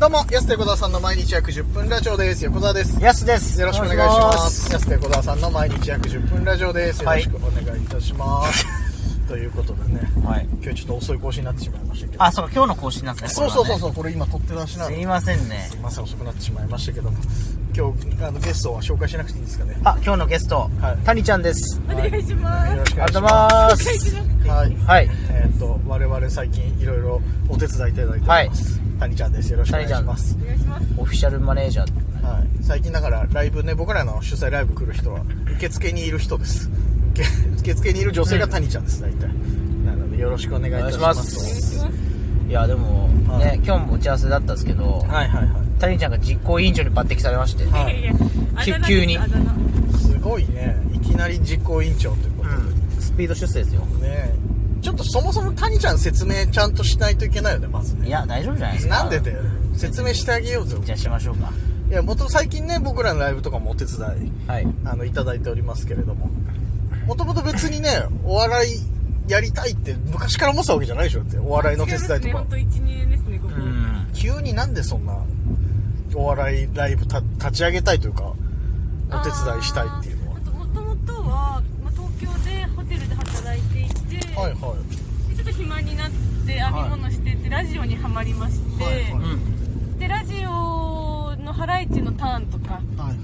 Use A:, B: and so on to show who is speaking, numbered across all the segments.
A: どうも、安手小沢さんの毎日約10分ラジオです。横澤です。
B: やすです
A: よろしくお願いします。安手小沢さんの毎日約10分ラジオです。よろ
B: はい
A: しくお願いいたします。 ということでね、
B: はい
A: 今日ちょっと遅い更新になってしまいましたけど。
B: あそうか今日の更新なんです
A: そ
B: ね
A: うそうそう
B: こ
A: そう、これ今撮って出し
B: れ
A: なの
B: はねす
A: で
B: いませんね
A: すいません、遅くなってしまいましたけども。今日、あの、ゲストは紹介しなくていいんですかね。
B: あ今日のゲスト、
A: はい
B: 谷ちゃんです
C: お願いします。
A: よろしくお
B: あ
A: 願い
B: りがと
A: し
B: うござ
A: ま。
B: います
C: お願いし
B: す
C: ますす。
A: はい。
B: はい
A: えっと、我々最近いろいろお手伝いいただいてます。谷ちゃんです。よろしくお願いします。
C: お願いします。
B: オフィシャルマネージャー
A: はい、最近だからライブね僕らの主催ライブ来る人は受付にいる人です受受付にいる女性が谷ちゃんです大体なのでよろしくお願いいたします
B: お願い
C: お願いし
B: いやでも、
A: はい
B: ね今日も打ち合わせだったんですけど、
A: はいはいは
B: 谷ちゃんが実行委員長に抜擢されまして、
A: はい
C: ます。いやいやあだ名です
B: 急に
C: あだ名
A: いすごいねいきなり実行委員長というこ
B: うんスピード出世ですよ
A: とでね、ちょっとそもそも谷ちゃん説明ちゃんとしないといけないよねまずね
B: いや大丈夫じゃないですか
A: なんでだよ説明してあげようぜ
B: じゃあしましょうか
A: いや元最近ね僕らのライブとかもお手伝い
B: はい
A: あのいただいておりますけれどももともと別にねお笑いやりたいって昔から思ってたわけじゃないでしょだってお笑いの手伝いと
C: 違ますね
A: か
C: 本当一二年ですね。ここ。
B: うん
A: 急になんでそんなお笑いライブた立ち上げたいというかお手伝いしたいっていうのは
C: あー。もともとは、まあ、東京でホテルで働いていて、
A: はいはい
C: でちょっと暇になって編み物してて、ラジオにはまりまして、
A: はいは
B: うん
C: でラジオのハライチのターンとか
A: はい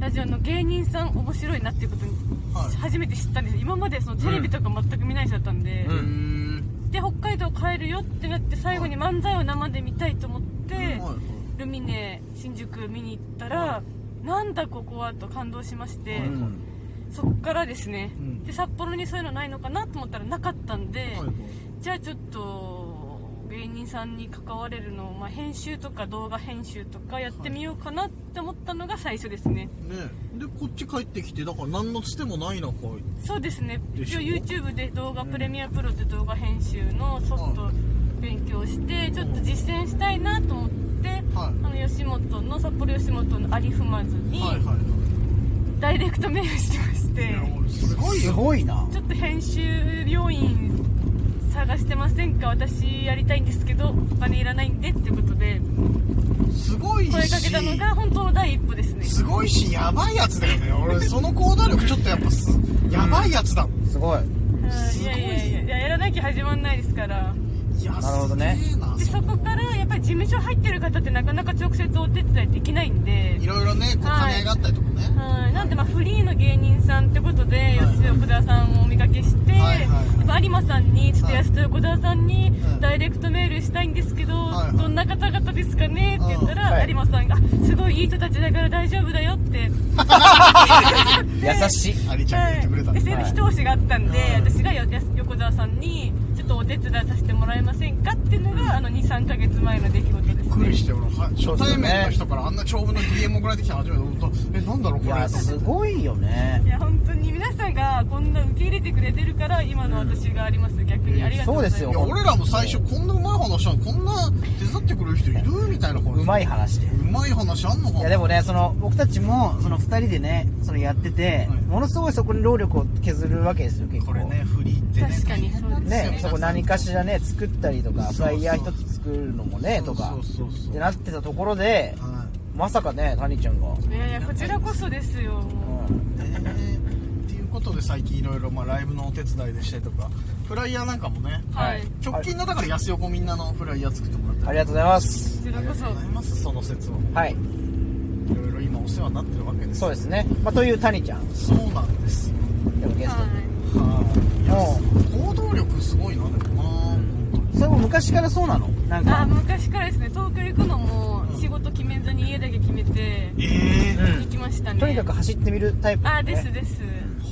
C: ラジオの芸人さん面白いなっていうことに
A: はい
C: 初めて知ったんですよ今までそのテレビとか全く見ない人だったんで、
B: うん
C: で北海道帰るよってなって最後に漫才を生で見たいと思って、ルミネ新宿見に行ったら、なんだここはと感動しまして、そっからですね、
A: うん
C: で札幌にそういうのないのかなと思ったらなかったんで、じゃあちょっと芸人さんに関われるのを、まあ、編集とか動画編集とかやってみようかなって思ったのが最初ですね、
A: ねでこっち帰ってきてだから何のつてもない中
C: そうですね
A: でし
C: 一
A: ょ
C: 応 YouTube で動画プレミアプロって動画編集のソフト勉強してちょっと実践したいなと思って、あの吉本の札幌吉本のありふまずに
A: い
C: ダイレクトメールしてまして、
A: 俺すごい
B: す
A: よ
B: ごいな
C: ちょっと編集要員探してませんか私やりたいんですけどお金いらないんでっていうことです
A: ごいし
C: 声かけたのが本当の第一歩ですね
A: すごいしやばいやつだよね俺その行動力ちょっとやっぱすやばいやつだもん
B: すごい
C: はいいやいやいやいややらなきゃ始まんないですから
A: いや
B: なるほどね
A: すげえな
C: でそこからやっぱり事務所入ってる方ってなかなか直接お手伝いできないんで
A: いろいろねこう
C: は
A: 兼
C: い
A: ね合いがあったりとかね
C: はい、なんでまあフリーの芸人さんってことで、安田横澤さんをお見かけして、
A: はいはいはい
C: やっぱ有馬さんにちょっと安田横澤さんに
A: はい
C: ダイレクトメールしたいんですけど、
A: はいはい
C: どんな方々ですかねって言ったら、
B: うんはい
C: 有馬さんが「すごいいい人たちだから大丈夫だよ」 って
B: 優しい
A: アリちゃんが言ってくれたの
C: はいでそれで一押しがあったんで、私がよ横澤さんに「ちょっとお手伝いさせてもらえませんか?」っていうのが、あの23ヶ月前の出来事です
A: びっく
C: ね
A: りして俺は初対面の人からあんな長文の DM 送られてきたの初めて思ったえなんだろうこ
B: い
A: れ
B: やすごいよね
C: いや本当に皆さんがこんな受け入れてくれてるから今の私があります、逆にありがとうございます
B: そう
A: い
B: です
A: や
B: よ
A: 俺らも最初こんなうまい話なのこんな手伝ってくれる人いるみたいな
B: うま
A: い
B: い話で
A: うまい話あんのか
B: い
A: な
B: やでもねその僕たちもその2人でねそのやってて、
A: はい
B: ものすごいそこに労力を削るわけですよ結構
A: これねフリーってね
C: 確かに
A: 大変なんですよ
B: ねそこ何かしらね作ったりとか
A: そう
B: フ
A: そう
B: ライヤー一つ作るのもねとか
A: そうそうそうそう
B: ってなってたところで
A: は
B: まさかね谷ちゃんが、
C: いやいやこちらこそですよも
B: うん
A: いねっていうことで最近いろいろまあライブのお手伝いでしてとかフライヤーなんかもね
C: うはい
B: はい
A: 直近のだから安横みんなのフライヤー作ってもらった
B: ありがとうございます
C: こちらこそ
A: ありがとうございますその説は
B: はい
A: いろいろ今お世話になってるわけです
B: そうですね、まあ、という谷ちゃん
A: そうなんですよ
B: でもゲストで、
C: は
A: はいいや
B: も
A: 行動力すごいなでもな、
B: それも昔からそうなのなん
C: いあ
B: か
C: 昔からですね東京行くのも仕事決めずに家だけ決めて
A: ええ
C: 行きましたね
B: とにかく走ってみるタイプ、ね、
C: あですです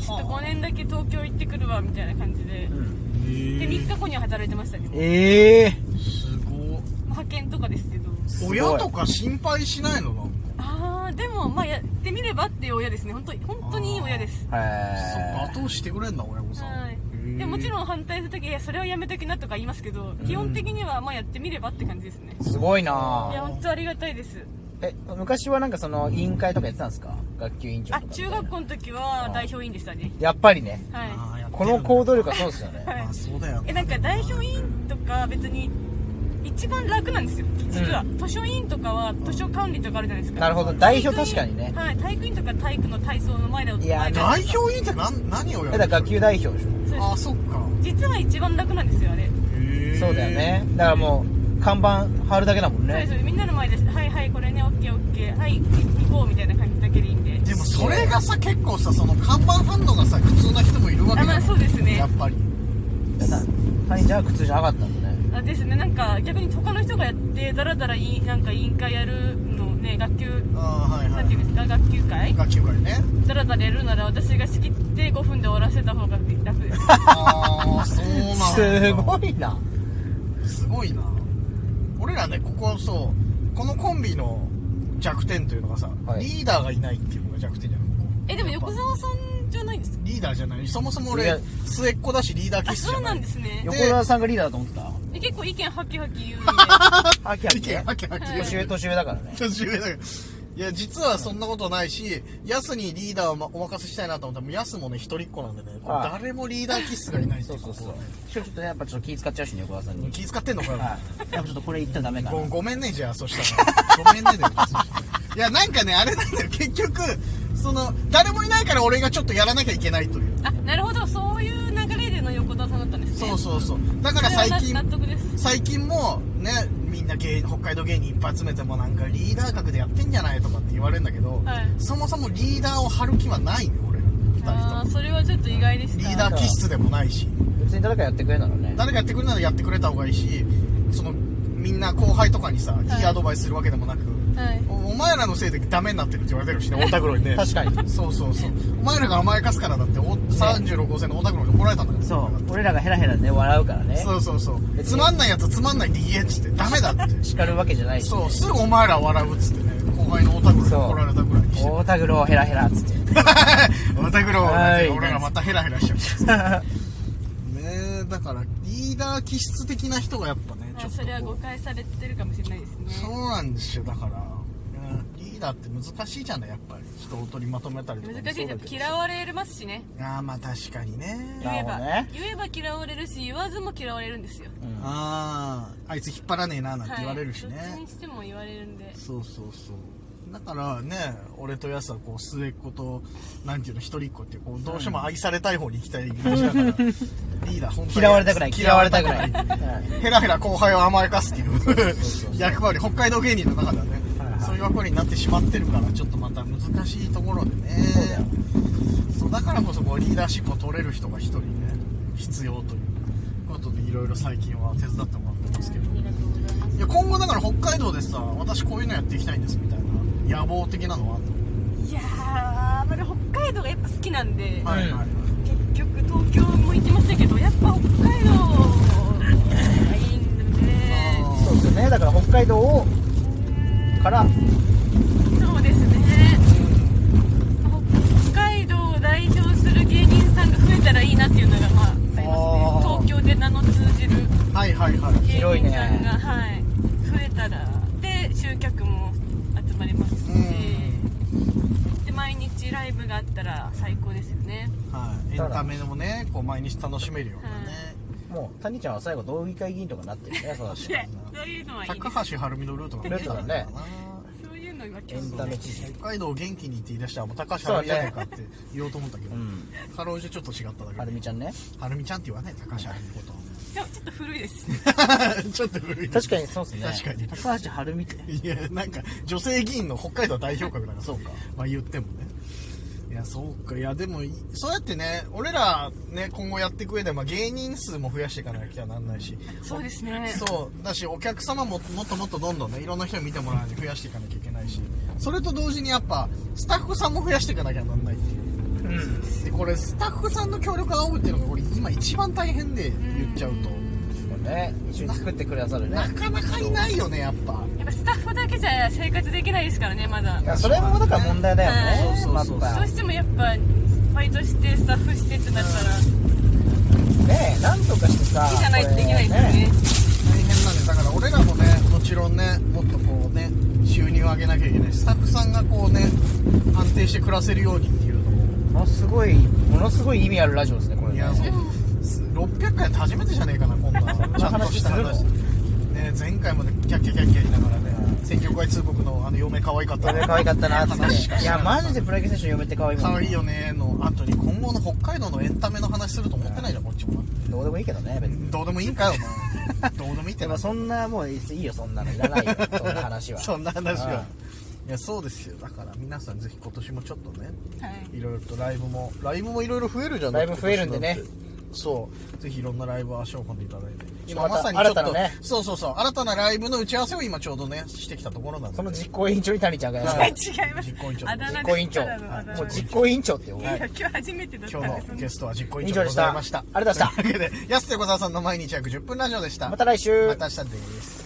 C: ちょ
A: は
C: っ
A: あ
C: と5年だけ東京行ってくるわみたいな感じで
B: うん
C: で3日後には働いてましたねもう
B: ええ
A: すごい
C: 派遣とかですけど
B: すごい
A: 親とか心配しないのな
C: ああでもまあやってみればっていう親ですね本当に本当にいい親です
A: そっか
B: は
A: 後押ししてくれんだ親御さん、
C: はい、でもちろん反対するとき、いや、それはやめときなとか言いますけど、基本的にはまあやってみればって感じですね。
B: いすごいない
C: や、本当ありがたいです。
B: え昔はなんかその委員会とかやってたんですか学級委員長
C: あ
B: とか、
C: 中学校の時は代表委員でしたね。
B: やっぱりね
C: はい。
A: ああやって
B: こ
A: るんだ
B: の行動力はそうですよね
C: は
A: まあ
C: い。
A: そうだよ
C: え、
A: ね
C: なんか代表委員とか別に一番楽なんですよ実は、図書委員とかは図書管理とかあるじゃないですか
B: なるほど代表確かにね
C: はい体育委員とか体育の体操の前だと
B: いや
C: 前だと
A: 代表委員って何何をや
B: え
A: る
B: だから学級代表でしょ
C: そうです
A: あそっか
C: 実は一番楽なんですよあれ
B: そうだよねだからもう看板貼るだけだもん
C: そうです
B: ね
C: よねみんなの前ではいはいこれねオッケーオッケーはい行こうみたいな感じだけでいいんで
A: でもそれがさ結構さその看板反応がさ苦痛な人もいるわけ
C: あ
A: じ
C: ま
A: ゃ
C: あ
A: ん
C: そうですね
A: やっぱり
B: 単位じゃ苦痛じゃなかったんだね
C: あですねなんか逆に他の人がやってだらだらいいなんか委員会やるのね学級
A: あーはいは
C: なんていうん
A: い
C: ですか学級会
A: 学級会ね
C: だらだらやるなら私が仕切って5分で終わらせた方が楽 です
A: ああそうなんだ
B: すごいな
A: すごいな俺らねここそうこのコンビの弱点というのがさ、
B: はい
A: リーダーがいないっていうのが弱点じゃないここ
C: えでも横澤さんじゃないですか
A: リーダーじゃないそもそも
B: い
A: 俺
B: や
A: 末っ子だしリーダー
C: あ
A: 気質じ
C: そ
A: ゃ
C: う
A: な
C: ないんですね
B: 横澤さんがリーダーだと思ってた
C: え結構意見はきはき言うん で
B: あきあ
A: 意
B: き
A: 見はきはき
C: はい
B: 年上年上だからね
A: 年上だからいや実はそんなことないしヤスにリーダーをまお任せしたいなと思ったらもうヤスもね一人っ子なんでねこう
B: ああ
A: 誰もリーダー気質がいないって
B: そ
A: いうう
B: そ
A: こ
B: うそう
A: と
B: ちょっとねやっぱちょっと気使っちゃうしね横澤さんに
A: 気遣ってんのかよ
B: はいやっぱちょっとこれ言ったらダメかな
A: ごごめんねじゃあそしたらごめんねでもそしたらいやなんかねあれなんだよ結局その誰もいないから俺がちょっとやらなきゃいけないという
C: あなるほどそういう流れでの横澤さんだったんですね
A: そうそうそうだ
C: だ
A: から最
C: 納
A: 近
C: 得です
A: 最近もねみんな芸北海道芸人いっぱい集めてもなんかリーダー格でやってんじゃないとかって言われるんだけど、
C: はい
A: そもそもリーダーを張る気はないよ俺ら二人と
C: あ
A: も
C: あそれはちょっと意外でした
A: リーダー気質でもないし
B: 別に誰かやってくれるならね
A: 誰かやってくれならやってくれた方がいいしそのみんな後輩とかにさいいアドバイスするわけでもなく、
C: はい
A: おお前らのせいでダメになってるって言われてる しね太田黒にね
B: 確かに
A: そうそうそうお前らが甘やかすからだってお36号線の太田黒に怒られたんだから
B: そう俺らがヘラヘラね笑うからね
A: そうそうそう
B: 別に
A: つまんないやつつまんないって言えっつってダメだって
B: 叱るわけじゃないし
A: そうすぐお前ら笑うっつってね後輩の太田黒に
B: そう
A: 怒られたぐらいにして
B: 大田黒ヘラヘラっつって
A: 太田黒
B: はい
A: 俺らまたヘラヘラしちゃうねえだからリーダー気質的な人がやっぱねちょ
C: あ
A: っと
C: それは
A: こ
C: 誤
A: う
C: 解されてるかもしれないです
A: そ
C: ね
A: うなんですよだから、うんリーダーって難しいじゃないやっぱり人を取りまとめたりとかも
C: 難しい
A: そうだ
C: で
A: けど
C: す嫌われますしね
A: ああまあ確かにね
B: な
C: 言
B: るほ
C: え
B: ど
C: ば、
B: ね
C: 言えば嫌われるし言わずも嫌われるんですよ
A: あああいつ引っ張らねえななんて
C: はい
A: 言われるし
C: どっち
A: ね
C: に、しても言われるんで
A: そうそうそうだからね俺とヤスはこう末っ子となんていうの一人っ子っていうこうどうしても愛されたい方に行きたい感じ だから、リーダー本当に
B: 嫌われたくない嫌われたくない
A: ヘラヘラ後輩を甘やかすっていう役割北海道芸人の中ではね、そういう役割になってしまってるからちょっとまた難しいところでね
B: そうだよ
A: そうだからこそこうリーダーシップを取れる人が一人ね必要ということでいろいろ最近は手伝ってもらってますけど
C: ありがとうございます
A: いや今後だから北海道でさ私こういうのやっていきたいんですみたいな野望的なのはあんの
C: いやーまだ北海道がやっぱ好きなんで、
A: はいはいはい
C: 結局東京も行きましたけどやっぱ北海道がいいんでね
B: そうですよねだから北海道をから
C: そうですね北海道を代表する芸人さんが増えたらいいなっていうのがまあありますね
A: あー
C: 東京で名の通じる
A: はいはいはい
C: 芸人さ
B: 広いね
C: んが、はい、増えたらで集客も集まりますし、で毎日ライブがあったら最高ですよね
A: はいエンタメもねこう毎日楽しめるようなね、
B: もう谷ちゃんは最後道議会議員とかになってるねそうだ し
C: でそういうのはいいです
A: 高橋晴美のルートが見えたんだよな
C: そういうのが
B: エ
C: 結
B: ン
C: 構
B: タメ知識
A: 北海道を元気にって言い出したらもう高橋晴美じゃねえかって言おうと思ったけど、
B: うん
A: かろうじてちょっと違っただ
B: は
A: け
B: る
A: で
B: みちゃんね
A: 晴美ちゃんって言わない高橋晴美のこと
C: でもちょっと古いです
A: を ちょっと古い
B: 確かにそうっすね
A: 確かに
B: 高橋晴美って
A: いやなんか女性議員の北海道代表格だから
B: そうか
A: まあ言ってもねいやそうかいやでもいそうやってね俺らね今後やっていく上で、まあ、芸人数も増やしていかなきゃなんないし
C: そうですね
A: そうだしお客様ももっともっとどんどんねいろんな人に見てもらうように増やしていかなきゃいけないしそれと同時にやっぱスタッフさんも増やしていかなきゃなんないっていう
B: うん
A: でこれスタッフさんの協力を仰ぐっていうのが俺今一番大変で言っちゃうと
B: そうね一緒に作ってくださるね
A: なかなかいないよねやっぱ
C: やっぱスタッフだけじゃ生活できないですからねまだ
B: いやそれもだから問題だよね
A: そうそうそう
B: やっ
C: どうしてもやっぱバイトしてスタッフしてってなったら好
B: ぱねえなんとかしてさ
C: きじゃないとできないですよね
A: 大変なんでだから俺らもねもちろんねもっとこうね収入を上げなきゃいけないスタッフさんがこうね安定して暮らせるようにっていうのも
B: ものすごいものすごい意味あるラジオですねこれ
A: い
B: ね
A: やそう600回って初めてじゃねえかなこんなちゃんとした
B: そんな話
A: 話
B: する
A: ねね前回もねキャッキャキャッキャ言いながらね選挙外通告のあの嫁可愛かったね
B: 可愛かったなっつ
A: 話し
B: っ
A: か
B: てい
A: しな
B: や
A: かった
B: マジでプロ野球選手嫁って可愛いもん
A: 可愛いよねの後に今後の北海道のエンタメの話すると思ってないじゃんこっちも
B: どうでもいいけどね別に
A: どうでもいいんかよお 前どうでもいいって
B: でも
A: な
B: そんなもういいよそんなのいらないよ そんな話は
A: そんな話
B: うん
A: は。いや、そうですよ。だから皆さんぜひ今年もちょっとね、
C: はい
A: いろいろとライブも、ライブもいろいろ増えるじゃん。
B: ライブ増えるんでね
A: 今年なんて。そう。ぜひいろんなライブを足を運んでいただいて。今
B: 今また
A: まさにちょっ
B: 新た
A: と、
B: なね
A: そうそうそう。新たなライブの打ち合わせを今ちょうどね、してきたところなんで。
B: その実行委員長に谷ちゃんがやる
A: はい
C: 違います
A: 実行委員長
C: あだ名
B: 実
C: です
B: 行委員長
C: ただのあだ名
B: もう実行委員長って呼ぶ
C: いや今日初めてだった
A: 今日
C: んです
A: のゲストは実行委員
B: 委
A: 長で
B: 員長で
A: ご
B: し
A: ざ
B: た
A: いました。
B: ありがとうございました
A: というわけで、安手小沢さんの毎日約10分ラジオでした。
B: また来週
A: また明日です。